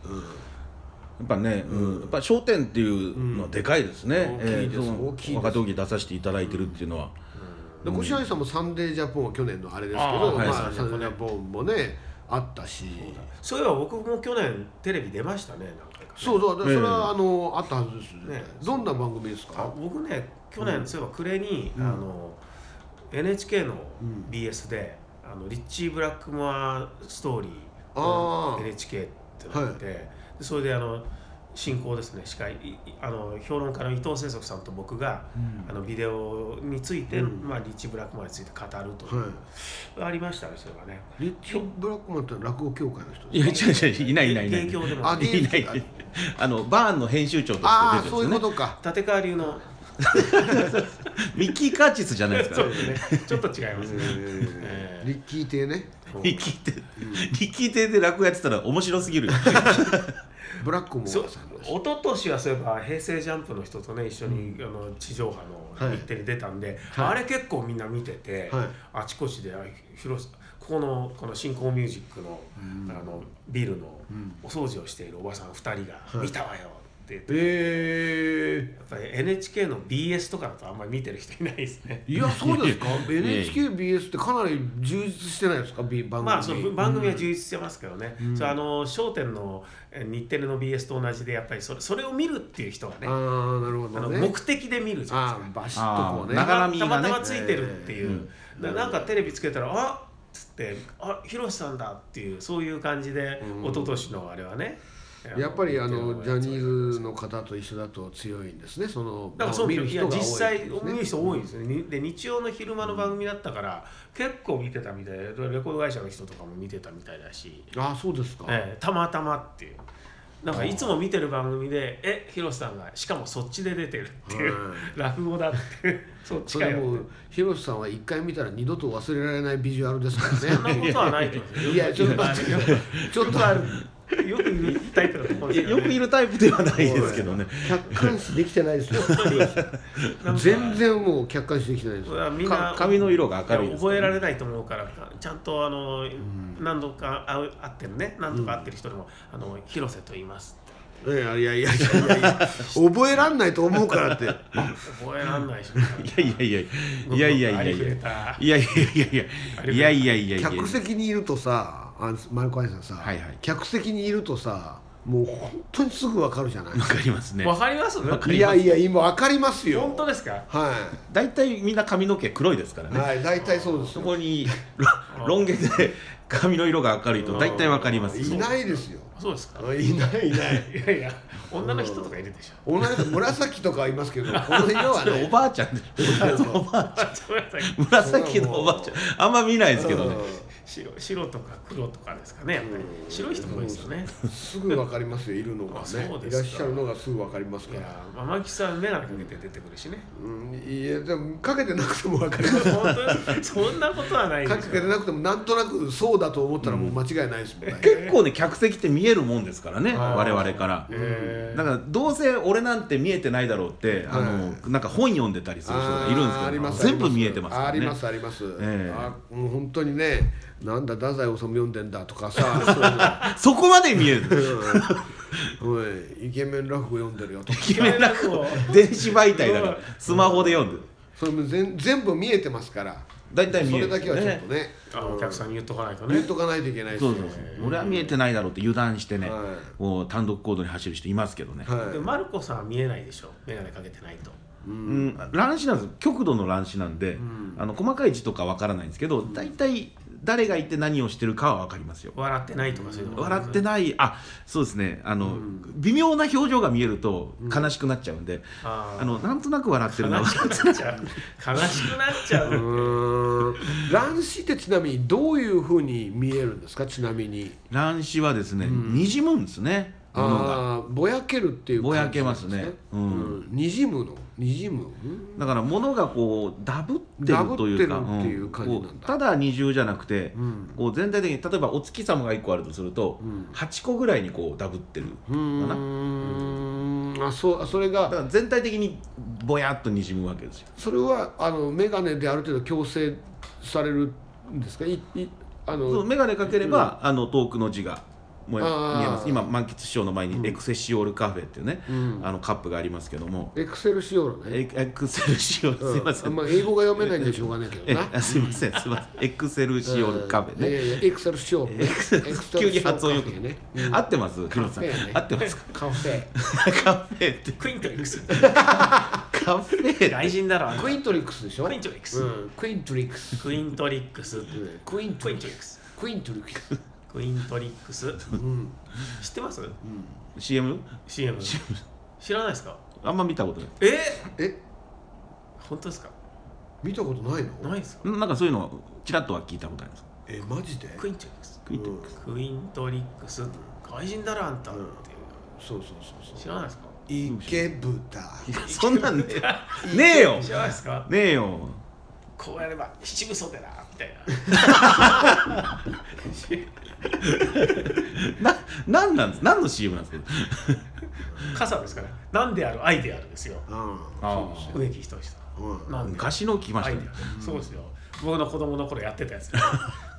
Speaker 1: やっぱね、うんやっぱ『笑点』っていうのはでかいですね、
Speaker 2: うん大きいです
Speaker 1: えーその
Speaker 2: 大きいです
Speaker 1: 若手大喜利出させていただいてるっていうのは、
Speaker 2: で越谷さんも「サンデージャポン」は去年のあれですけど
Speaker 3: あー
Speaker 1: はい
Speaker 2: ま
Speaker 3: サ
Speaker 2: あ、
Speaker 3: ンデージ
Speaker 2: サ
Speaker 3: ャ
Speaker 2: ン
Speaker 3: ポ
Speaker 2: デー
Speaker 3: ンね
Speaker 2: ジャポンもねあったし
Speaker 3: そういえば僕も去年テレビ出ましたね何回かね
Speaker 2: そうそうだ
Speaker 1: ええ
Speaker 2: それは、あのあったはずです、ね
Speaker 3: ね、
Speaker 2: どんな番組です
Speaker 3: あ
Speaker 2: か
Speaker 3: 僕ね去年、そういえば暮れに、あの NHK の BS で、あのリッチー・ブラックモアストーリー
Speaker 2: あ
Speaker 3: の
Speaker 2: ー
Speaker 3: NHK ってなって、でそれであの進行ですね司会いあの評論家の伊藤清則さんと僕が、あのビデオについて、まあ、リッチー・ブラックモアについて語ると、
Speaker 2: は
Speaker 3: ありましたねそれはね。
Speaker 2: い、リッチ・ブラックマンって落語協会の人
Speaker 1: いや違う違ういないいないいない
Speaker 3: 提供でも
Speaker 2: あ
Speaker 3: あ
Speaker 2: げ
Speaker 1: いないあのバーンの編集長として出
Speaker 2: あ
Speaker 1: て
Speaker 2: あ
Speaker 1: るんですね
Speaker 2: そういうことか
Speaker 3: 立川流の、
Speaker 1: ミッキー・カーチスじゃないですか
Speaker 3: そうですねちょっと違いますね。えー
Speaker 2: リッキー亭ね、
Speaker 3: え
Speaker 1: 力手、力手で落語やってたら面白すぎるよ
Speaker 2: ブラックモ
Speaker 3: そ
Speaker 2: ア
Speaker 3: う
Speaker 2: さんの
Speaker 3: 一昨年はそういえば平成ジャンプの人とね一緒に、あの地上波の
Speaker 2: はい
Speaker 3: 日テレ出たんで、
Speaker 2: はい
Speaker 3: あれ結構みんな見てて、
Speaker 2: はい
Speaker 3: あちこちであ広瀬ここのこの新興ミュージックの,、あのビルの
Speaker 2: ん
Speaker 3: お掃除をしているおばさん2人が「
Speaker 2: い
Speaker 3: 見たわよ」って言って、
Speaker 2: え
Speaker 3: やっぱり NHK の BS とかだとあんまり見てる人いないですね。
Speaker 2: ー、いやそうですか
Speaker 1: やいや
Speaker 2: NHKBS ってかなり充実してないですか B 番組、
Speaker 3: まあ、その番組は充実してますけどね、そうあの『笑点』のえ日テレの BS と同じでやっぱりそれそれを見るっていう人がね
Speaker 2: ああなるほど
Speaker 3: あの
Speaker 2: ね
Speaker 3: 目的で見るじゃない
Speaker 2: あ
Speaker 3: ですか。
Speaker 2: ーバシッとこうね
Speaker 1: あーなかなが
Speaker 3: たま
Speaker 1: み
Speaker 3: た
Speaker 1: がね
Speaker 3: まついてるっていう、だからなんかテレビつけたら「あっ!」つって「あひろしさんだ」っていうそういう感じで、
Speaker 2: うん
Speaker 3: 一昨年のあれはね
Speaker 2: やっぱりあのジャニ
Speaker 3: ズ
Speaker 2: ーズの方と一緒だと強いんですねその
Speaker 3: だからそう
Speaker 2: 見る
Speaker 3: 見る
Speaker 2: 人
Speaker 3: 人
Speaker 2: が多い
Speaker 3: 実際
Speaker 2: って
Speaker 3: 見
Speaker 2: ことですね
Speaker 3: る人多いですね、にで日曜の昼間の番組だったから結構見てたみたいでレコード会社の人とかも見てたみたいだし、
Speaker 2: ああそうですか、
Speaker 3: ええたまたまっていうなんかいつも見てる番組で「えひろしさんがしかもそっちで出てる」っていう、
Speaker 2: は
Speaker 3: 落語だっていうそっち
Speaker 2: そ
Speaker 3: か
Speaker 2: れ
Speaker 3: よって
Speaker 2: も広瀬さんは一回見たら二度と忘れられないビジュアルですから
Speaker 3: <laughs> そんな
Speaker 2: ね
Speaker 3: ことはないと思ますよ
Speaker 2: いやちょっと待って
Speaker 3: よ
Speaker 2: ちょっと
Speaker 3: くあるよくいるタイプだと思うん
Speaker 1: い
Speaker 3: です
Speaker 1: や
Speaker 3: ど
Speaker 1: よくいるタイプではないですけどね
Speaker 2: 客観視できてないですよ
Speaker 3: <laughs> なんか
Speaker 2: 全然もう客観視できてないです
Speaker 3: うわみん
Speaker 1: か
Speaker 3: な
Speaker 1: 髪の色が明るいですね
Speaker 3: 覚えられないと思うからちゃんとあの、何度か会う会ってるね何度か会ってる人でも「あの広瀬と言います」って
Speaker 2: いやいやいやいやいや <laughs> 覚えらんないと思うからって
Speaker 3: 覚えらんないし
Speaker 1: いやいやいやいやいやいやいやいやいやいやいやいやいやいやいやいや
Speaker 2: 客席にいるとさあマルコアイさんさ、
Speaker 1: はいはい
Speaker 2: 客席にいるとさもう本当にすぐわかるじゃない
Speaker 1: わかりますね
Speaker 3: わかります
Speaker 2: いやいや今わかりますよ
Speaker 3: 本当ですか
Speaker 2: は
Speaker 1: 大体みんな髪の毛黒いですから
Speaker 2: い、
Speaker 1: ね、
Speaker 2: はい、大体そうです
Speaker 1: そ
Speaker 2: よ
Speaker 1: こにロロン毛で髪の色が明るいと大体わかります
Speaker 2: いないですよ
Speaker 3: そうですか
Speaker 2: あいないいない
Speaker 3: いやいや女の人とかいるでしょ
Speaker 2: 同じ紫とかはいます
Speaker 1: <laughs>
Speaker 2: けどこの色は
Speaker 1: それお
Speaker 2: ね
Speaker 1: ばあちゃんでおばあちゃん
Speaker 3: あごめんなさい
Speaker 1: 紫のおばあちゃんあんま見ないですけどね
Speaker 3: 白白とか黒とかですかねやっぱり白い人も多いですよね
Speaker 2: うんすぐわかりますよいるのが
Speaker 3: あそう
Speaker 2: ね
Speaker 3: で
Speaker 2: い
Speaker 3: す
Speaker 2: らっ
Speaker 3: か
Speaker 2: しゃるのがすぐわかります
Speaker 3: い
Speaker 2: か
Speaker 3: や
Speaker 2: ら
Speaker 3: ーまあマキさん眼鏡かけて出てくるしね
Speaker 2: うんいやでもかけてなくてもわかります
Speaker 3: 本当にそんなことはない
Speaker 2: か
Speaker 3: です
Speaker 2: けてなくてもなんとなくそうだと思ったらもう間違いないですもんね、
Speaker 1: 結構ね客席って見えるもんですからね
Speaker 2: あー
Speaker 1: 我々から
Speaker 3: え
Speaker 1: だからどうせ俺なんて見えてないだろうってあ
Speaker 2: は
Speaker 1: のなんか本読んでたりする人がいるんです
Speaker 2: あーあり
Speaker 1: けど
Speaker 2: ます
Speaker 1: 全部見えてますから
Speaker 2: あり
Speaker 1: ね
Speaker 2: ますあります、
Speaker 1: ええ
Speaker 2: あもう本当にねなんだ太宰治読んでんだとかさそういう
Speaker 1: <laughs> そこまで見える
Speaker 2: のうんイケメン落語読んでるよとか
Speaker 1: 決めなく電子媒体だからスマホで読んで
Speaker 2: それも全全部見えてますから
Speaker 1: 大体見
Speaker 2: そ
Speaker 1: え
Speaker 2: れ
Speaker 1: る
Speaker 2: だけはちょっとね
Speaker 3: あお客さんに言っとかないとね
Speaker 2: 言っとかないといけないです
Speaker 1: そ
Speaker 2: よ
Speaker 1: うそうそう俺は見えてないだろうって油断してね
Speaker 2: はい
Speaker 1: こう単独行動に走る人いますけどね
Speaker 2: は
Speaker 3: でマルコさんは見えないでしょ眼鏡かけてないと
Speaker 1: うん、乱視なんです極度の乱視なんで、あの細かい字とかわからないんですけど大体誰がいて何をしてるかはわかりますよ
Speaker 3: 笑ってないとかそういうの
Speaker 1: 笑ってないあそうですねあの、微妙な表情が見えると悲しくなっちゃうんで、
Speaker 3: あ
Speaker 1: あのなんとなく笑ってるな
Speaker 3: 悲しくなっちゃう悲しくなっ
Speaker 2: <laughs>
Speaker 3: ちゃ
Speaker 2: いううーん乱視ってちなみにどういうふうに見えるんですかちなみに
Speaker 1: <laughs> 乱視はですね、にじむんですねものが
Speaker 2: ああぼやけるっていう感じなん
Speaker 1: ぼやけますねう
Speaker 2: うんん、にじむのにじむ、うん
Speaker 1: だから物がこうダブってるというか
Speaker 2: ダブってるっていう感じなんだ
Speaker 1: こうただ二重じゃなくて、こう全体的に例えばお月様が1個あるとすると、8個ぐらいにこうダブってる
Speaker 2: うーんあそうあそれ
Speaker 1: だか
Speaker 2: が
Speaker 1: ら全体的にぼやっとにじむわけですよ
Speaker 2: それはあの眼鏡である程度矯正されるんですかいいあの
Speaker 1: そう眼鏡かければ、あの遠くの字がもえ見え
Speaker 2: あー
Speaker 1: ます今満喫師匠の前にエクセシオールカフェっていうね、
Speaker 2: うん
Speaker 1: あのカップがありますけども、
Speaker 2: エクセルしようの
Speaker 1: エ
Speaker 2: ね
Speaker 1: エクセルシオール、すいませ、
Speaker 2: うんんあまあ、英語が読めないんでしょうがないけ
Speaker 1: え <laughs>
Speaker 2: どな
Speaker 1: あすいませんすいませんエクセルシオールカフェね、
Speaker 2: いやいやエクセルしよう
Speaker 1: <laughs>
Speaker 2: エクセル
Speaker 1: 急に発音よく、
Speaker 2: ね
Speaker 1: 合ってますヒロさん、
Speaker 2: カフェね
Speaker 1: 合ってますか
Speaker 2: カフェ
Speaker 1: カフェって
Speaker 3: クイントリックス
Speaker 1: カフェ
Speaker 3: 外人だろあんた
Speaker 2: クイントリックスでしょ
Speaker 3: クイントリックス
Speaker 2: うん、クイントリックス
Speaker 3: クイントリックス
Speaker 2: うんクイン
Speaker 3: ク
Speaker 2: ト
Speaker 3: イ
Speaker 2: リ
Speaker 3: ン
Speaker 2: ック
Speaker 3: トリッ
Speaker 2: ス
Speaker 3: クス
Speaker 2: クイントリックス
Speaker 3: クイントリックス
Speaker 2: うん
Speaker 3: 知ってます
Speaker 1: CM?
Speaker 3: ?CM 知らないですか
Speaker 1: あんま見たことない
Speaker 3: え
Speaker 2: え
Speaker 3: 本当ですか
Speaker 2: 見たことないの
Speaker 3: ないですか
Speaker 1: なんかそういうのちらっとは聞いたことあります
Speaker 2: えマジで
Speaker 3: クイントリックス
Speaker 1: クイントリ
Speaker 2: うん
Speaker 3: クイントリックス外人だろあんたっていう
Speaker 2: そうそうそうそう
Speaker 3: 知らないですか
Speaker 2: 池豚
Speaker 1: そんなんねねえよ
Speaker 3: 知らないですか
Speaker 1: ねえよ
Speaker 3: こうやれば七分袖だみたい
Speaker 1: ななんなんです何の CM なんですか
Speaker 3: な傘ですからなんであるアイデアルですよ
Speaker 2: うん
Speaker 1: あー
Speaker 2: そう
Speaker 3: 植木仁さ
Speaker 2: うん
Speaker 3: んなんで
Speaker 1: 昔の聞きましたね
Speaker 3: アイデアルそうですよ僕の子供の頃やってたやつ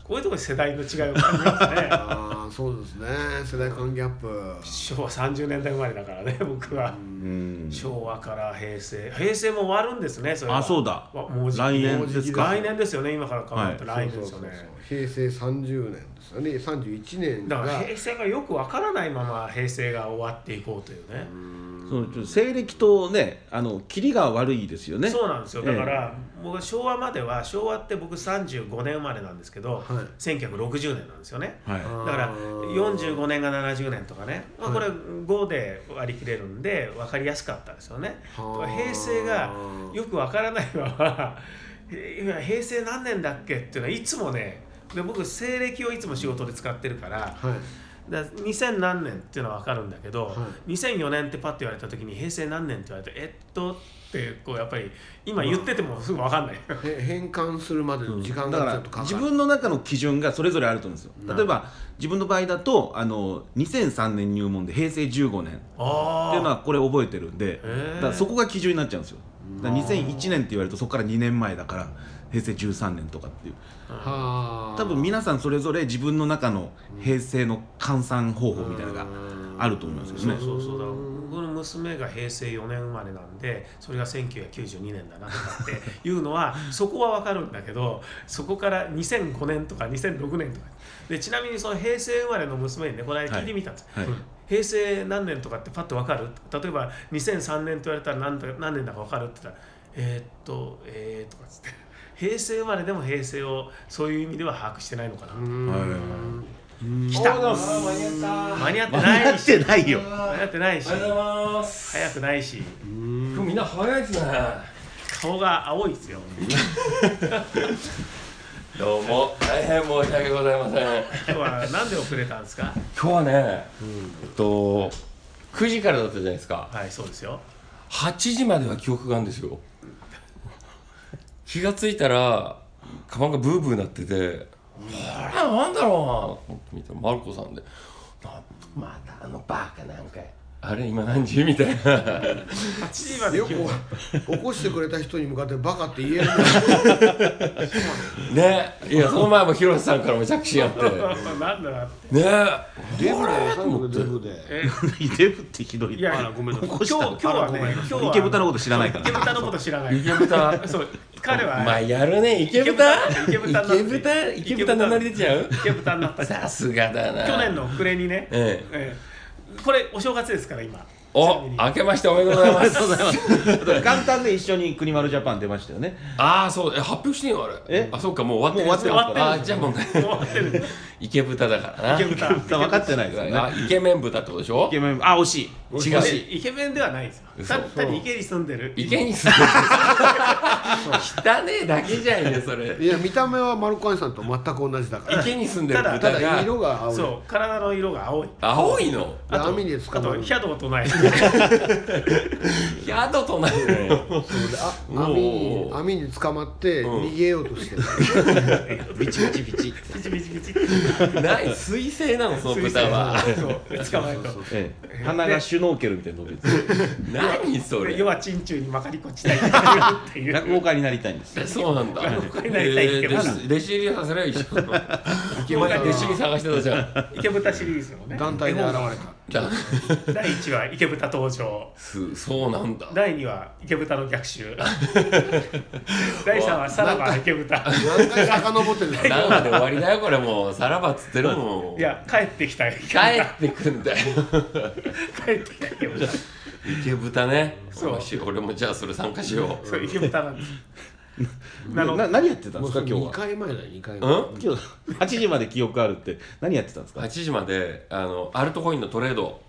Speaker 3: こういうところ世代の違いを感じますね <laughs>
Speaker 2: ああそうですね世代間ギャップ
Speaker 3: 昭和30年代生まれだからね僕は、
Speaker 1: うん
Speaker 3: 昭和から平成平成も終わるんですねそれは
Speaker 1: あそうだ
Speaker 3: わもうじき
Speaker 1: 来年ですか
Speaker 3: 来年ですよね今から考えたら来年ですよね、
Speaker 2: 平成30年ですよね31年
Speaker 3: だ
Speaker 2: が
Speaker 3: から平成がよくわからないまま平成が終わっていこうというね、
Speaker 1: そのちょっと西暦とねあのキリが悪いですよね
Speaker 3: そうなんですよ
Speaker 1: ええ
Speaker 3: だから、僕は昭和までは昭和って僕35年生まれなんですけど、
Speaker 2: はい
Speaker 3: 1960年なんですよね
Speaker 1: はい
Speaker 2: あー
Speaker 3: だから45年が70年とかね、まあ、これ5で割り切れるんで分かりやすかったですよね。
Speaker 2: はあ
Speaker 3: 平成がよく分からないまま <laughs> 今平成何年だっけっていうのはいつもねで僕西暦をいつも仕事で使ってるから
Speaker 2: はい
Speaker 3: だ2000何年っていうのは分かるんだけど、
Speaker 2: は
Speaker 3: 2004年ってパッと言われた時に平成何年って言われてえっとってこうやっぱり今言っててもすぐ分かんない。
Speaker 2: へ変換するまでの時間
Speaker 1: だか
Speaker 2: がちょっ
Speaker 1: ら
Speaker 2: とかかる
Speaker 1: 自分の中の基準がそれぞれあると思うんですよ例えば自分の場合だとあの2003年入門で平成15年っ
Speaker 3: あ
Speaker 1: てい
Speaker 3: ー
Speaker 1: う
Speaker 3: <laughs>
Speaker 1: のはこれ覚えてるんで
Speaker 3: へー
Speaker 1: だからそこが基準になっちゃうんですよだから2001年って言われるとそこから2年前だから平成13年とかっていう
Speaker 2: はあ
Speaker 1: 多分皆さんそれぞれ自分の中の平成の換算方法みたいなのがあると思いますよ
Speaker 3: そう
Speaker 1: ね
Speaker 3: そうそうだから僕の娘が平成4年生まれなんでそれが1992年だなとかっていうのは <laughs> そこは分かるんだけどそこから2005年とか2006年とかでちなみにその平成生まれの娘にねこの間聞いてみたんです、
Speaker 1: はい
Speaker 3: 平成何年とかってパッと分かる例えば2003年と言われたら何だ何年だか分かるって言ったら「えーっとえー」とかっつって平成生まれでも平成をそういう意味では把握してないのかな、
Speaker 1: は
Speaker 3: 来た
Speaker 4: あー間に合っ
Speaker 1: い
Speaker 3: 間に合っ
Speaker 4: た
Speaker 3: てな
Speaker 1: や
Speaker 3: い
Speaker 1: っ
Speaker 3: して
Speaker 1: ないよ
Speaker 3: 間に合ってないし
Speaker 4: ありがとうございます
Speaker 3: 早くないし
Speaker 4: 今日みんな早いですね
Speaker 3: 顔が青いですよ
Speaker 4: どうも大変申し訳ございません
Speaker 3: 今
Speaker 4: 今
Speaker 3: 日は何で遅れたんですか
Speaker 4: 日はね、えっと9時からだったじゃないですか
Speaker 3: はいそうですよ
Speaker 4: 8時までは記憶があるんですよ気がついたらカバンがブーブーなってて「ほらなんだろうな」と思って見たらマルコさんで「なんまたあのバカなんかいあれ今何時?」みたいな
Speaker 3: 8時まで
Speaker 2: よく
Speaker 3: 来る
Speaker 2: <laughs> 起こしてくれた人に向かってバカって言える
Speaker 4: <laughs> ねいやその前も広瀬さんからも着信 <laughs> あって
Speaker 3: なんだなって
Speaker 4: ね
Speaker 2: デブで
Speaker 1: <laughs>
Speaker 2: 最後でデブで
Speaker 3: え
Speaker 1: デブってひどい
Speaker 3: いや
Speaker 1: ごめんなさい
Speaker 3: 今日今日は
Speaker 1: あらごめ
Speaker 3: ね
Speaker 1: ん
Speaker 3: 今日は
Speaker 1: 池豚のこと知らないから
Speaker 3: 池豚のこと知らない
Speaker 4: 池豚
Speaker 3: そう彼
Speaker 4: お
Speaker 3: は
Speaker 4: 前やるね池豚
Speaker 3: 池豚になって
Speaker 4: 池豚池豚名乗り出ちゃう
Speaker 3: 池豚になった
Speaker 4: さすがだな
Speaker 3: 去年の暮れにね、
Speaker 4: え
Speaker 3: ええこれお正月ですから今
Speaker 4: お明けましておめでとうございます
Speaker 3: <laughs>
Speaker 1: 簡単で一緒に国丸ジャパン出ましたよ <laughs> ね
Speaker 4: ああそうえ発表してんよあれ
Speaker 1: え
Speaker 4: あそうかもう終
Speaker 1: もう終
Speaker 4: わ
Speaker 1: わっ
Speaker 4: っ
Speaker 1: ててます
Speaker 4: る
Speaker 3: 終わ
Speaker 4: あーじゃあもうね
Speaker 3: 終わってる
Speaker 4: 池豚だからな
Speaker 3: 池豚
Speaker 1: <laughs> 分かってないですよね
Speaker 4: あイケメン豚ってことでしょ
Speaker 1: イケメンあ惜しい
Speaker 4: 惜しい
Speaker 1: 違う
Speaker 4: 惜し
Speaker 1: し
Speaker 3: イケメンではないですよ
Speaker 4: 嘘
Speaker 3: 単単に池に住んでる
Speaker 4: 池にする汚ねえだけじゃんねそれ
Speaker 2: いや見た目はマルコアニさんと全く同じだから
Speaker 4: 池に住んでる
Speaker 2: た
Speaker 4: 豚
Speaker 2: だ
Speaker 4: が
Speaker 2: 色が青い
Speaker 3: そう体の色が青い
Speaker 4: 青いの
Speaker 2: で網で
Speaker 3: あ
Speaker 2: 捕ま
Speaker 3: と
Speaker 2: る
Speaker 3: ヒャドを唱えて
Speaker 4: 宿とないの
Speaker 2: あ網に
Speaker 4: おー
Speaker 2: 網に捕まって逃げようとしてる
Speaker 1: ビチビチビチ
Speaker 3: ピチピチピチ
Speaker 4: ない水性なのその豚は
Speaker 3: そう捕まえると
Speaker 1: ええ鼻がシュノーケルみたいに伸びてる
Speaker 4: 何それ
Speaker 3: 要は珍中にまかりこちたいっていう
Speaker 1: 落語家になりたいんです
Speaker 4: そうなんだ。え
Speaker 3: これなりたいけどな
Speaker 4: ー弟子入りさせないでしょ。お前弟子入り探してたじゃん。
Speaker 3: 池豚シリーズのね
Speaker 2: 団体で現れ
Speaker 4: だ
Speaker 3: 第1話池豚登場
Speaker 4: <laughs> すそうなんだ。
Speaker 3: 第2話池豚の逆襲第3話さらば池豚
Speaker 2: た何回遡ってるんだ
Speaker 4: <laughs> なんかで終わりだよこれもうさらばっつってるもん。
Speaker 3: いや帰ってきた池
Speaker 4: 帰
Speaker 3: 豚
Speaker 4: ってくんだよ。
Speaker 3: 帰ってきた池豚
Speaker 4: 池豚ね。
Speaker 3: そう
Speaker 4: 面白い俺もじゃあそれ参加しよ
Speaker 3: そう池豚なんです
Speaker 1: な
Speaker 3: なの
Speaker 1: 何やってたん
Speaker 2: も
Speaker 1: ですか
Speaker 2: うそれ
Speaker 1: 今日
Speaker 2: 2
Speaker 1: は
Speaker 2: 回前だよ2回
Speaker 4: う。
Speaker 2: 前
Speaker 4: うん？
Speaker 1: 今日8時まで記憶あるって何やってたんですか
Speaker 4: 8時まであのアルトコインのトレード。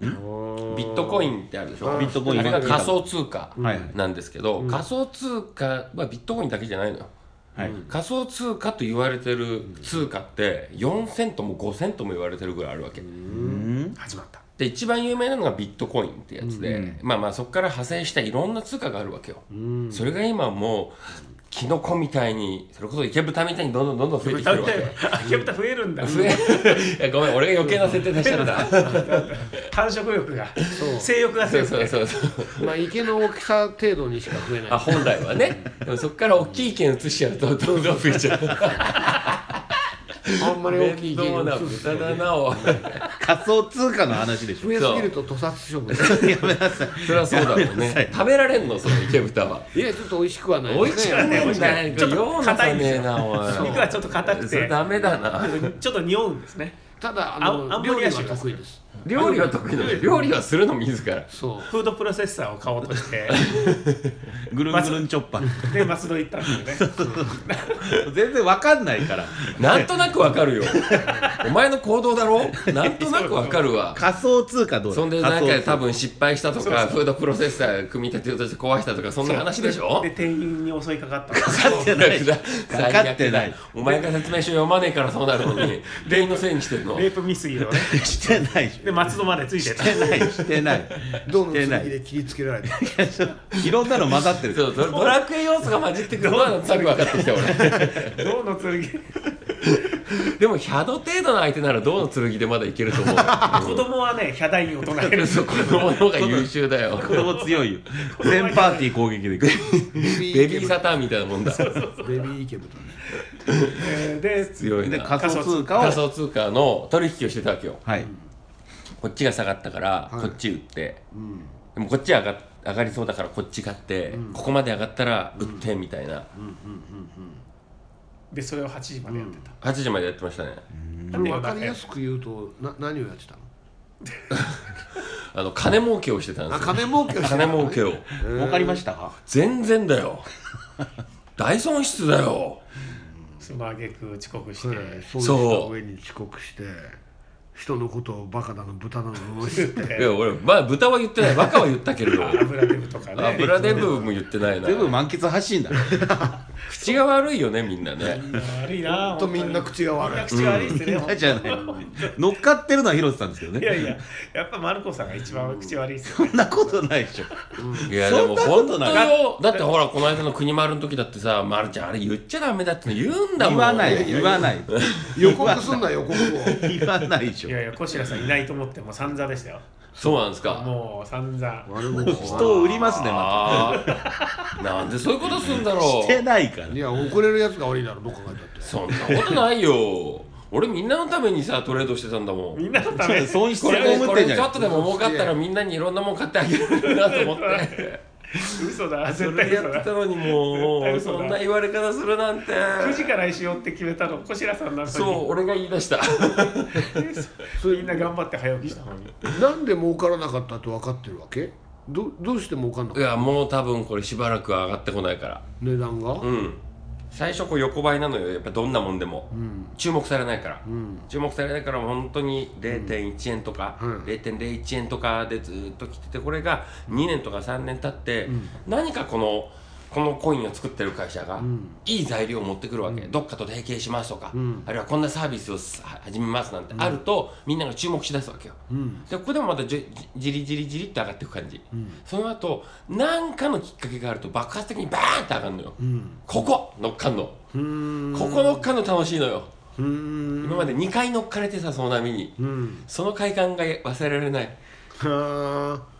Speaker 4: ビットコインってあるでしょ。
Speaker 1: ビットコイン
Speaker 4: あれが仮想通貨
Speaker 1: はいはい
Speaker 4: なんですけど、仮想通貨はビットコインだけじゃないのよ。
Speaker 1: はい
Speaker 4: 仮想通貨と言われてる通貨って4セントも5セントも言われてるぐらいあるわけ
Speaker 1: うん
Speaker 3: 始まった
Speaker 4: で一番有名なのがビットコインってやつで、まあまあそこから派生したいろんな通貨があるわけよ、それが今もうキノコみたいにそれこそ池豚みたいにどんどんどんどん増えてきてるわ <laughs>
Speaker 3: 秋
Speaker 4: け
Speaker 3: 豚増えるんだ
Speaker 4: 増え <laughs> いやごめん俺が余計な設定出しちゃった <laughs>
Speaker 3: 繁殖力が
Speaker 2: そう
Speaker 3: 性欲が
Speaker 4: そ
Speaker 3: 強
Speaker 4: う
Speaker 3: く
Speaker 4: そう
Speaker 3: て
Speaker 4: そうそう
Speaker 2: まあ池の大きさ程度にしか増えない
Speaker 4: あ本来はねでもそこから大きい意見移しちゃうとどんどん増えちゃう
Speaker 2: あんまり大きい池に
Speaker 4: <laughs> 面倒な
Speaker 2: 移すと
Speaker 4: 豚
Speaker 2: ね
Speaker 4: だなおい
Speaker 1: 仮想通貨の話でしょ
Speaker 2: 増
Speaker 4: <laughs>
Speaker 2: えすぎると屠殺処分
Speaker 1: やめなさい
Speaker 4: それ <laughs> はそうだもん
Speaker 1: やめなさ
Speaker 4: ね
Speaker 1: い
Speaker 4: 食べられんのその池豚はい
Speaker 2: やちょっと美味しくはない
Speaker 4: 美味しくねえんだよ
Speaker 3: ちょっと
Speaker 4: 用なさねえなおい
Speaker 3: 肉はちょっと硬く
Speaker 4: それ
Speaker 3: て
Speaker 4: ダメだな
Speaker 3: ちょっと匂うんですね
Speaker 2: ただあの
Speaker 3: ああんま
Speaker 2: 料
Speaker 3: り
Speaker 2: 理
Speaker 3: や
Speaker 2: は
Speaker 3: しない
Speaker 2: 得意です
Speaker 4: <laughs> 料理は得意なの料理はするの自ら
Speaker 2: そう
Speaker 3: フードプロセッサーを買おうとして
Speaker 1: ぐるんぐるんチョッパー
Speaker 3: で松戸行ったんだ
Speaker 4: <laughs>
Speaker 3: よね
Speaker 1: 全然わかんないから
Speaker 4: なんとなくわかるよお前の行動だろなんとなくわかるわ
Speaker 1: 仮想通貨どうだ
Speaker 4: そんでなん
Speaker 1: 仮
Speaker 4: か
Speaker 1: 想通貨
Speaker 4: 多分失敗したとかフードプロセッサー組み立てようとして壊したとかそんな話でしょ
Speaker 3: で店員に襲いかかったの
Speaker 1: かかってない
Speaker 4: 最悪
Speaker 1: かかってない
Speaker 4: <laughs> お前が説明書読まねえからそうなるのに全員のせいにしてんの
Speaker 3: レイプ未遂をね
Speaker 1: してないし
Speaker 3: で松戸までついてた
Speaker 1: してないしてない
Speaker 2: 銅
Speaker 1: し
Speaker 2: の
Speaker 1: てな
Speaker 2: 剣
Speaker 1: い
Speaker 2: で切りつけられた
Speaker 1: いろんなの混ざってる
Speaker 4: そうドドラクエ要素が混じってくるのはさっき分かってきた俺
Speaker 3: どうの剣
Speaker 4: でも100度程度の相手ならどうの剣でまだいけると <laughs> 思う
Speaker 3: 子供はねヒャダインを唱える
Speaker 4: そう子供の方が優秀だよ
Speaker 1: 子供強いよ全パーティー攻撃でいく
Speaker 4: <laughs> ベ
Speaker 2: ベ
Speaker 4: ビーサターンみたいなもんだ
Speaker 2: ベビー池豚ね
Speaker 3: えーで
Speaker 4: 強い
Speaker 1: で
Speaker 4: な
Speaker 1: 仮想通貨を
Speaker 4: 仮想通貨の取引をしてたわけよ
Speaker 1: はい
Speaker 4: こっちが下がったから
Speaker 2: はい
Speaker 4: こっち売って、
Speaker 2: ん
Speaker 4: でもこっち上が上がりそうだからこっち買って、ここまで上がったら売ってみたいな、
Speaker 3: でそれを8時までやってた
Speaker 4: 8時までやってましたね、
Speaker 2: これ分かりやすく言うとな何をやってたの
Speaker 4: あの金儲けをしてたんで
Speaker 2: あ
Speaker 4: すよ
Speaker 2: 金儲けをしてた
Speaker 4: 金儲けを
Speaker 1: 儲かりましたか
Speaker 4: 全然だよ大損失だよ
Speaker 3: その挙句遅刻して、
Speaker 2: ええそう
Speaker 4: そう
Speaker 2: した上に遅刻して人のことをバカだの豚だの罵って
Speaker 4: いや俺まあ豚は言ってないバカは言ったけれど
Speaker 3: 油デブとか
Speaker 4: あ
Speaker 3: ね
Speaker 4: ブラデブも言ってないな
Speaker 1: 全部満喫発信だね
Speaker 4: 口が悪いよねみんなね
Speaker 3: 悪いな
Speaker 2: ほんとみんな
Speaker 3: 本
Speaker 2: 口が
Speaker 3: 当にみん
Speaker 2: 悪い
Speaker 3: な口悪いですね、本当に
Speaker 1: じゃない乗っかってるのは広瀬さんですけど
Speaker 3: い
Speaker 1: ね
Speaker 3: やいややっぱマルコさんが一番口悪いですよね
Speaker 1: そんなことないでしょ
Speaker 4: いやで
Speaker 1: そん
Speaker 4: も
Speaker 1: なこ
Speaker 4: 本
Speaker 1: と
Speaker 4: 当
Speaker 1: ない
Speaker 4: よだってほらこの間の国丸の時だってさ「まるちゃんあれ言っちゃダメだ」って言うんだも
Speaker 1: 言
Speaker 4: ん
Speaker 1: わない言わない
Speaker 2: 予告すんな予告を
Speaker 1: 言わないでしょ
Speaker 3: いやいや小白さんいないと思ってもう散々でしたよ
Speaker 4: そうなんですか
Speaker 3: もう散々
Speaker 2: 悪者
Speaker 1: 人を売りますねま
Speaker 4: あーなんでそういうことすんだ
Speaker 1: た
Speaker 4: ろ
Speaker 1: して
Speaker 4: う
Speaker 1: ないから
Speaker 2: いや遅れるやつが悪いだろどう考えたって
Speaker 4: そんなことないよ俺みんなのためにさトレードしてたんだも
Speaker 3: み
Speaker 4: ん
Speaker 3: んなのために
Speaker 1: 損失
Speaker 4: こ
Speaker 1: を
Speaker 4: れ
Speaker 1: 被
Speaker 4: こ
Speaker 1: ってん
Speaker 4: れ
Speaker 1: じゃ
Speaker 4: ち
Speaker 1: ない
Speaker 4: ょっとでも儲かったらみんなにいろんなもん買ってあげれるなと思って
Speaker 3: 嘘だ
Speaker 4: そ
Speaker 3: 絶対
Speaker 4: れや
Speaker 3: 嘘
Speaker 4: って
Speaker 3: だ
Speaker 4: たのにも
Speaker 3: 絶対
Speaker 4: う
Speaker 3: 嘘だ
Speaker 4: そんな言われ方するなんて
Speaker 3: 9時からしようって決めたの小白さんなのに
Speaker 4: そう俺が言い出した
Speaker 2: それ
Speaker 3: <laughs> みんな頑張って早起きしたのに
Speaker 2: なんで儲からなかったって分かってるわけどどうして儲かんなか
Speaker 4: い
Speaker 2: った
Speaker 4: やもう多分これしばらくは上がってこないから
Speaker 2: 値段が、
Speaker 4: うん最初こう横ばいなのよやっぱどんなもんでも、注目されないから、注目されないから本当に0.1円とか、
Speaker 2: うん
Speaker 4: 0.01円とかでずっと来ててこれが2年とか3年経って、何かこのこのコインを作ってる会社がいい材料を持ってくるわけ、どっかと提携しますとか、あるいはこんなサービスをさ始めますなんてあると、みんなが注目しだすわけよ、でここでもまたじゅじじりじりじりって上がっていく感じ、その後何かのきっかけがあると爆発的にバーンって上がるのよ、ここ乗っかんの
Speaker 2: うーん
Speaker 4: ここ乗っかんの楽しいのよ
Speaker 2: うーん
Speaker 4: 今まで2回乗っかれてさその波に
Speaker 2: うん
Speaker 4: その快感が忘れられない
Speaker 2: はあ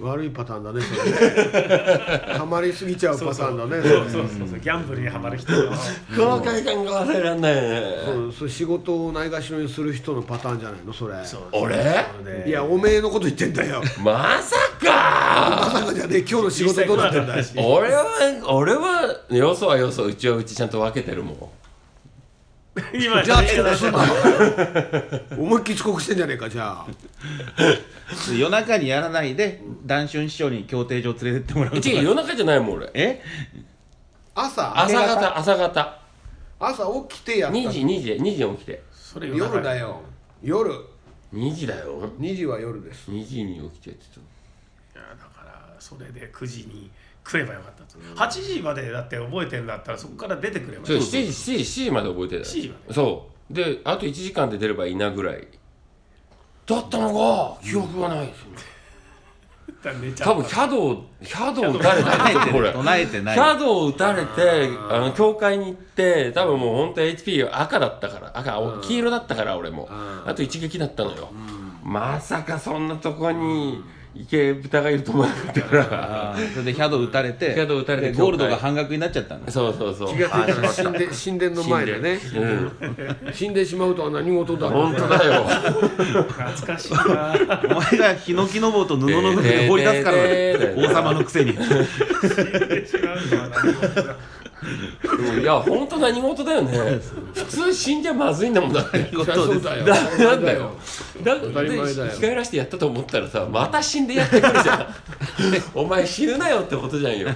Speaker 2: 悪いパターンだねそれねハマりすぎちゃうパターンだね
Speaker 3: そうそうそうそうギャンブルにはまる人の
Speaker 4: この快感が忘れられないね
Speaker 2: そうそう仕事をないがしろにする人のパターンじゃないのそれ
Speaker 3: う
Speaker 4: 俺
Speaker 2: いやおめえのこと言ってんだよ
Speaker 4: まさか
Speaker 2: まさかじゃねえ今日の仕事どうなってんだい
Speaker 4: 俺は俺はよそはよそうちはうちちゃんと分けてるもん
Speaker 3: 今
Speaker 2: じゃあ遅刻すんな思いっきり遅刻してんじゃねえかじゃあ
Speaker 1: 夜中にやらないで談春師匠に競艇場連れてってもらうとか
Speaker 4: 違う夜中じゃないもん俺
Speaker 1: え
Speaker 2: 朝
Speaker 4: 朝方朝方
Speaker 2: 朝起きてやった
Speaker 4: 2時2時2時起きて
Speaker 3: それ
Speaker 2: 夜だ
Speaker 3: よ
Speaker 2: よ夜
Speaker 4: 2時だよ
Speaker 2: 2時は夜です
Speaker 4: 2時に起きてって言って
Speaker 3: いやだからそれで9時に来ればよかったと、8時までだって覚えてんだったらそこから出てくれば
Speaker 4: そう
Speaker 3: よ
Speaker 4: 7
Speaker 3: か
Speaker 4: 時7時7時まで覚えてた
Speaker 3: 7時まで
Speaker 4: そうであと1時間で出ればいいなぐらいだったのが記憶がないですよ、
Speaker 3: 寝ちゃう
Speaker 4: 多分100を100を打たれたんですよこれ
Speaker 1: 唱えてない。
Speaker 4: 100を打たれて
Speaker 3: あー
Speaker 4: あの教会に行って多分もう本当 HP が赤だったから赤
Speaker 3: うん
Speaker 4: 黄色だったから俺も
Speaker 3: うん
Speaker 4: あと一撃だったのよまさかそんなとこに池豚がいると思わなかったから
Speaker 1: あーそれでヒャド打たれて、
Speaker 4: ヒャド打たれて
Speaker 1: でゴールドが半額になっちゃったんです。
Speaker 4: そうそうそう
Speaker 2: 気がついたら神殿神殿の前でね
Speaker 4: うん
Speaker 2: 死んでしまうとは何事だ
Speaker 4: 本当だよ
Speaker 3: 懐かしいな
Speaker 1: お前がヒノキの棒と布の上で放り出すからね
Speaker 4: でででで
Speaker 1: 王様のくせに。
Speaker 3: 違うのは何もない
Speaker 4: うんいや本当何事
Speaker 1: <laughs>
Speaker 4: だよね普通死んじゃまずいんだもんだって
Speaker 1: とです
Speaker 2: そうだよ
Speaker 4: だなんだよだ
Speaker 2: 当たり前だよ
Speaker 4: で生き返らしてやったと思ったらさまた死んでやってくるじゃん
Speaker 1: <laughs>
Speaker 4: <laughs> お前死ぬなよってことじゃんよ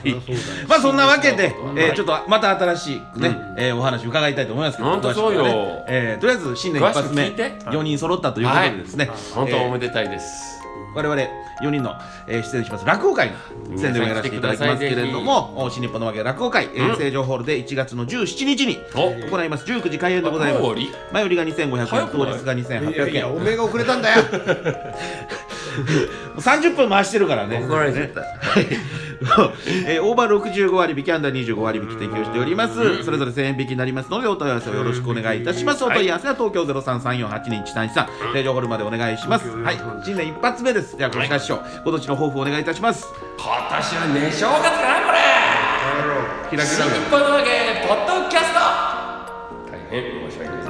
Speaker 1: まあそんなわけで
Speaker 4: そう、
Speaker 1: えーちょっとまた新しくね、えーお話伺いたいと思いますけど、
Speaker 4: 本当そうよ
Speaker 1: 詳しくはねえーとりあえず新年一発目
Speaker 4: 詳しく聞い、て
Speaker 1: 4人揃ったということでですね、
Speaker 4: 本当
Speaker 1: えー
Speaker 4: おめでたいです、
Speaker 1: 我々4人の、えー出演します落語会の宣伝をやらせていただきますけれどもお新日本のわけ落語会、えー成城ホールで1月の17日に
Speaker 4: お
Speaker 1: 行います19時開演でございます
Speaker 4: もう終わ
Speaker 1: 前売りが2500
Speaker 4: 早
Speaker 1: 円
Speaker 4: くな
Speaker 1: 当
Speaker 4: い
Speaker 1: 日が
Speaker 2: いや
Speaker 1: 2800
Speaker 2: いやお
Speaker 1: 円
Speaker 2: めえが遅れたんだよ
Speaker 1: 30分回してるからね
Speaker 4: 怒られちゃっ
Speaker 1: ね
Speaker 4: た、
Speaker 1: <laughs> えー、オーバー65割引きアンダー25割引き提供しておりますそれぞれ1000円引きになりますのでお問い合わせをよろしくお願いいたしますお問い合わせは東京0334823133成城ホールまでお願いしますはい新年一発目ですでは小塚師匠今年の抱負をお願いいたします
Speaker 4: 今年はね正月かなこれ
Speaker 1: キラキラ
Speaker 4: 新日本のわけポッドキャスト大変申し訳ございません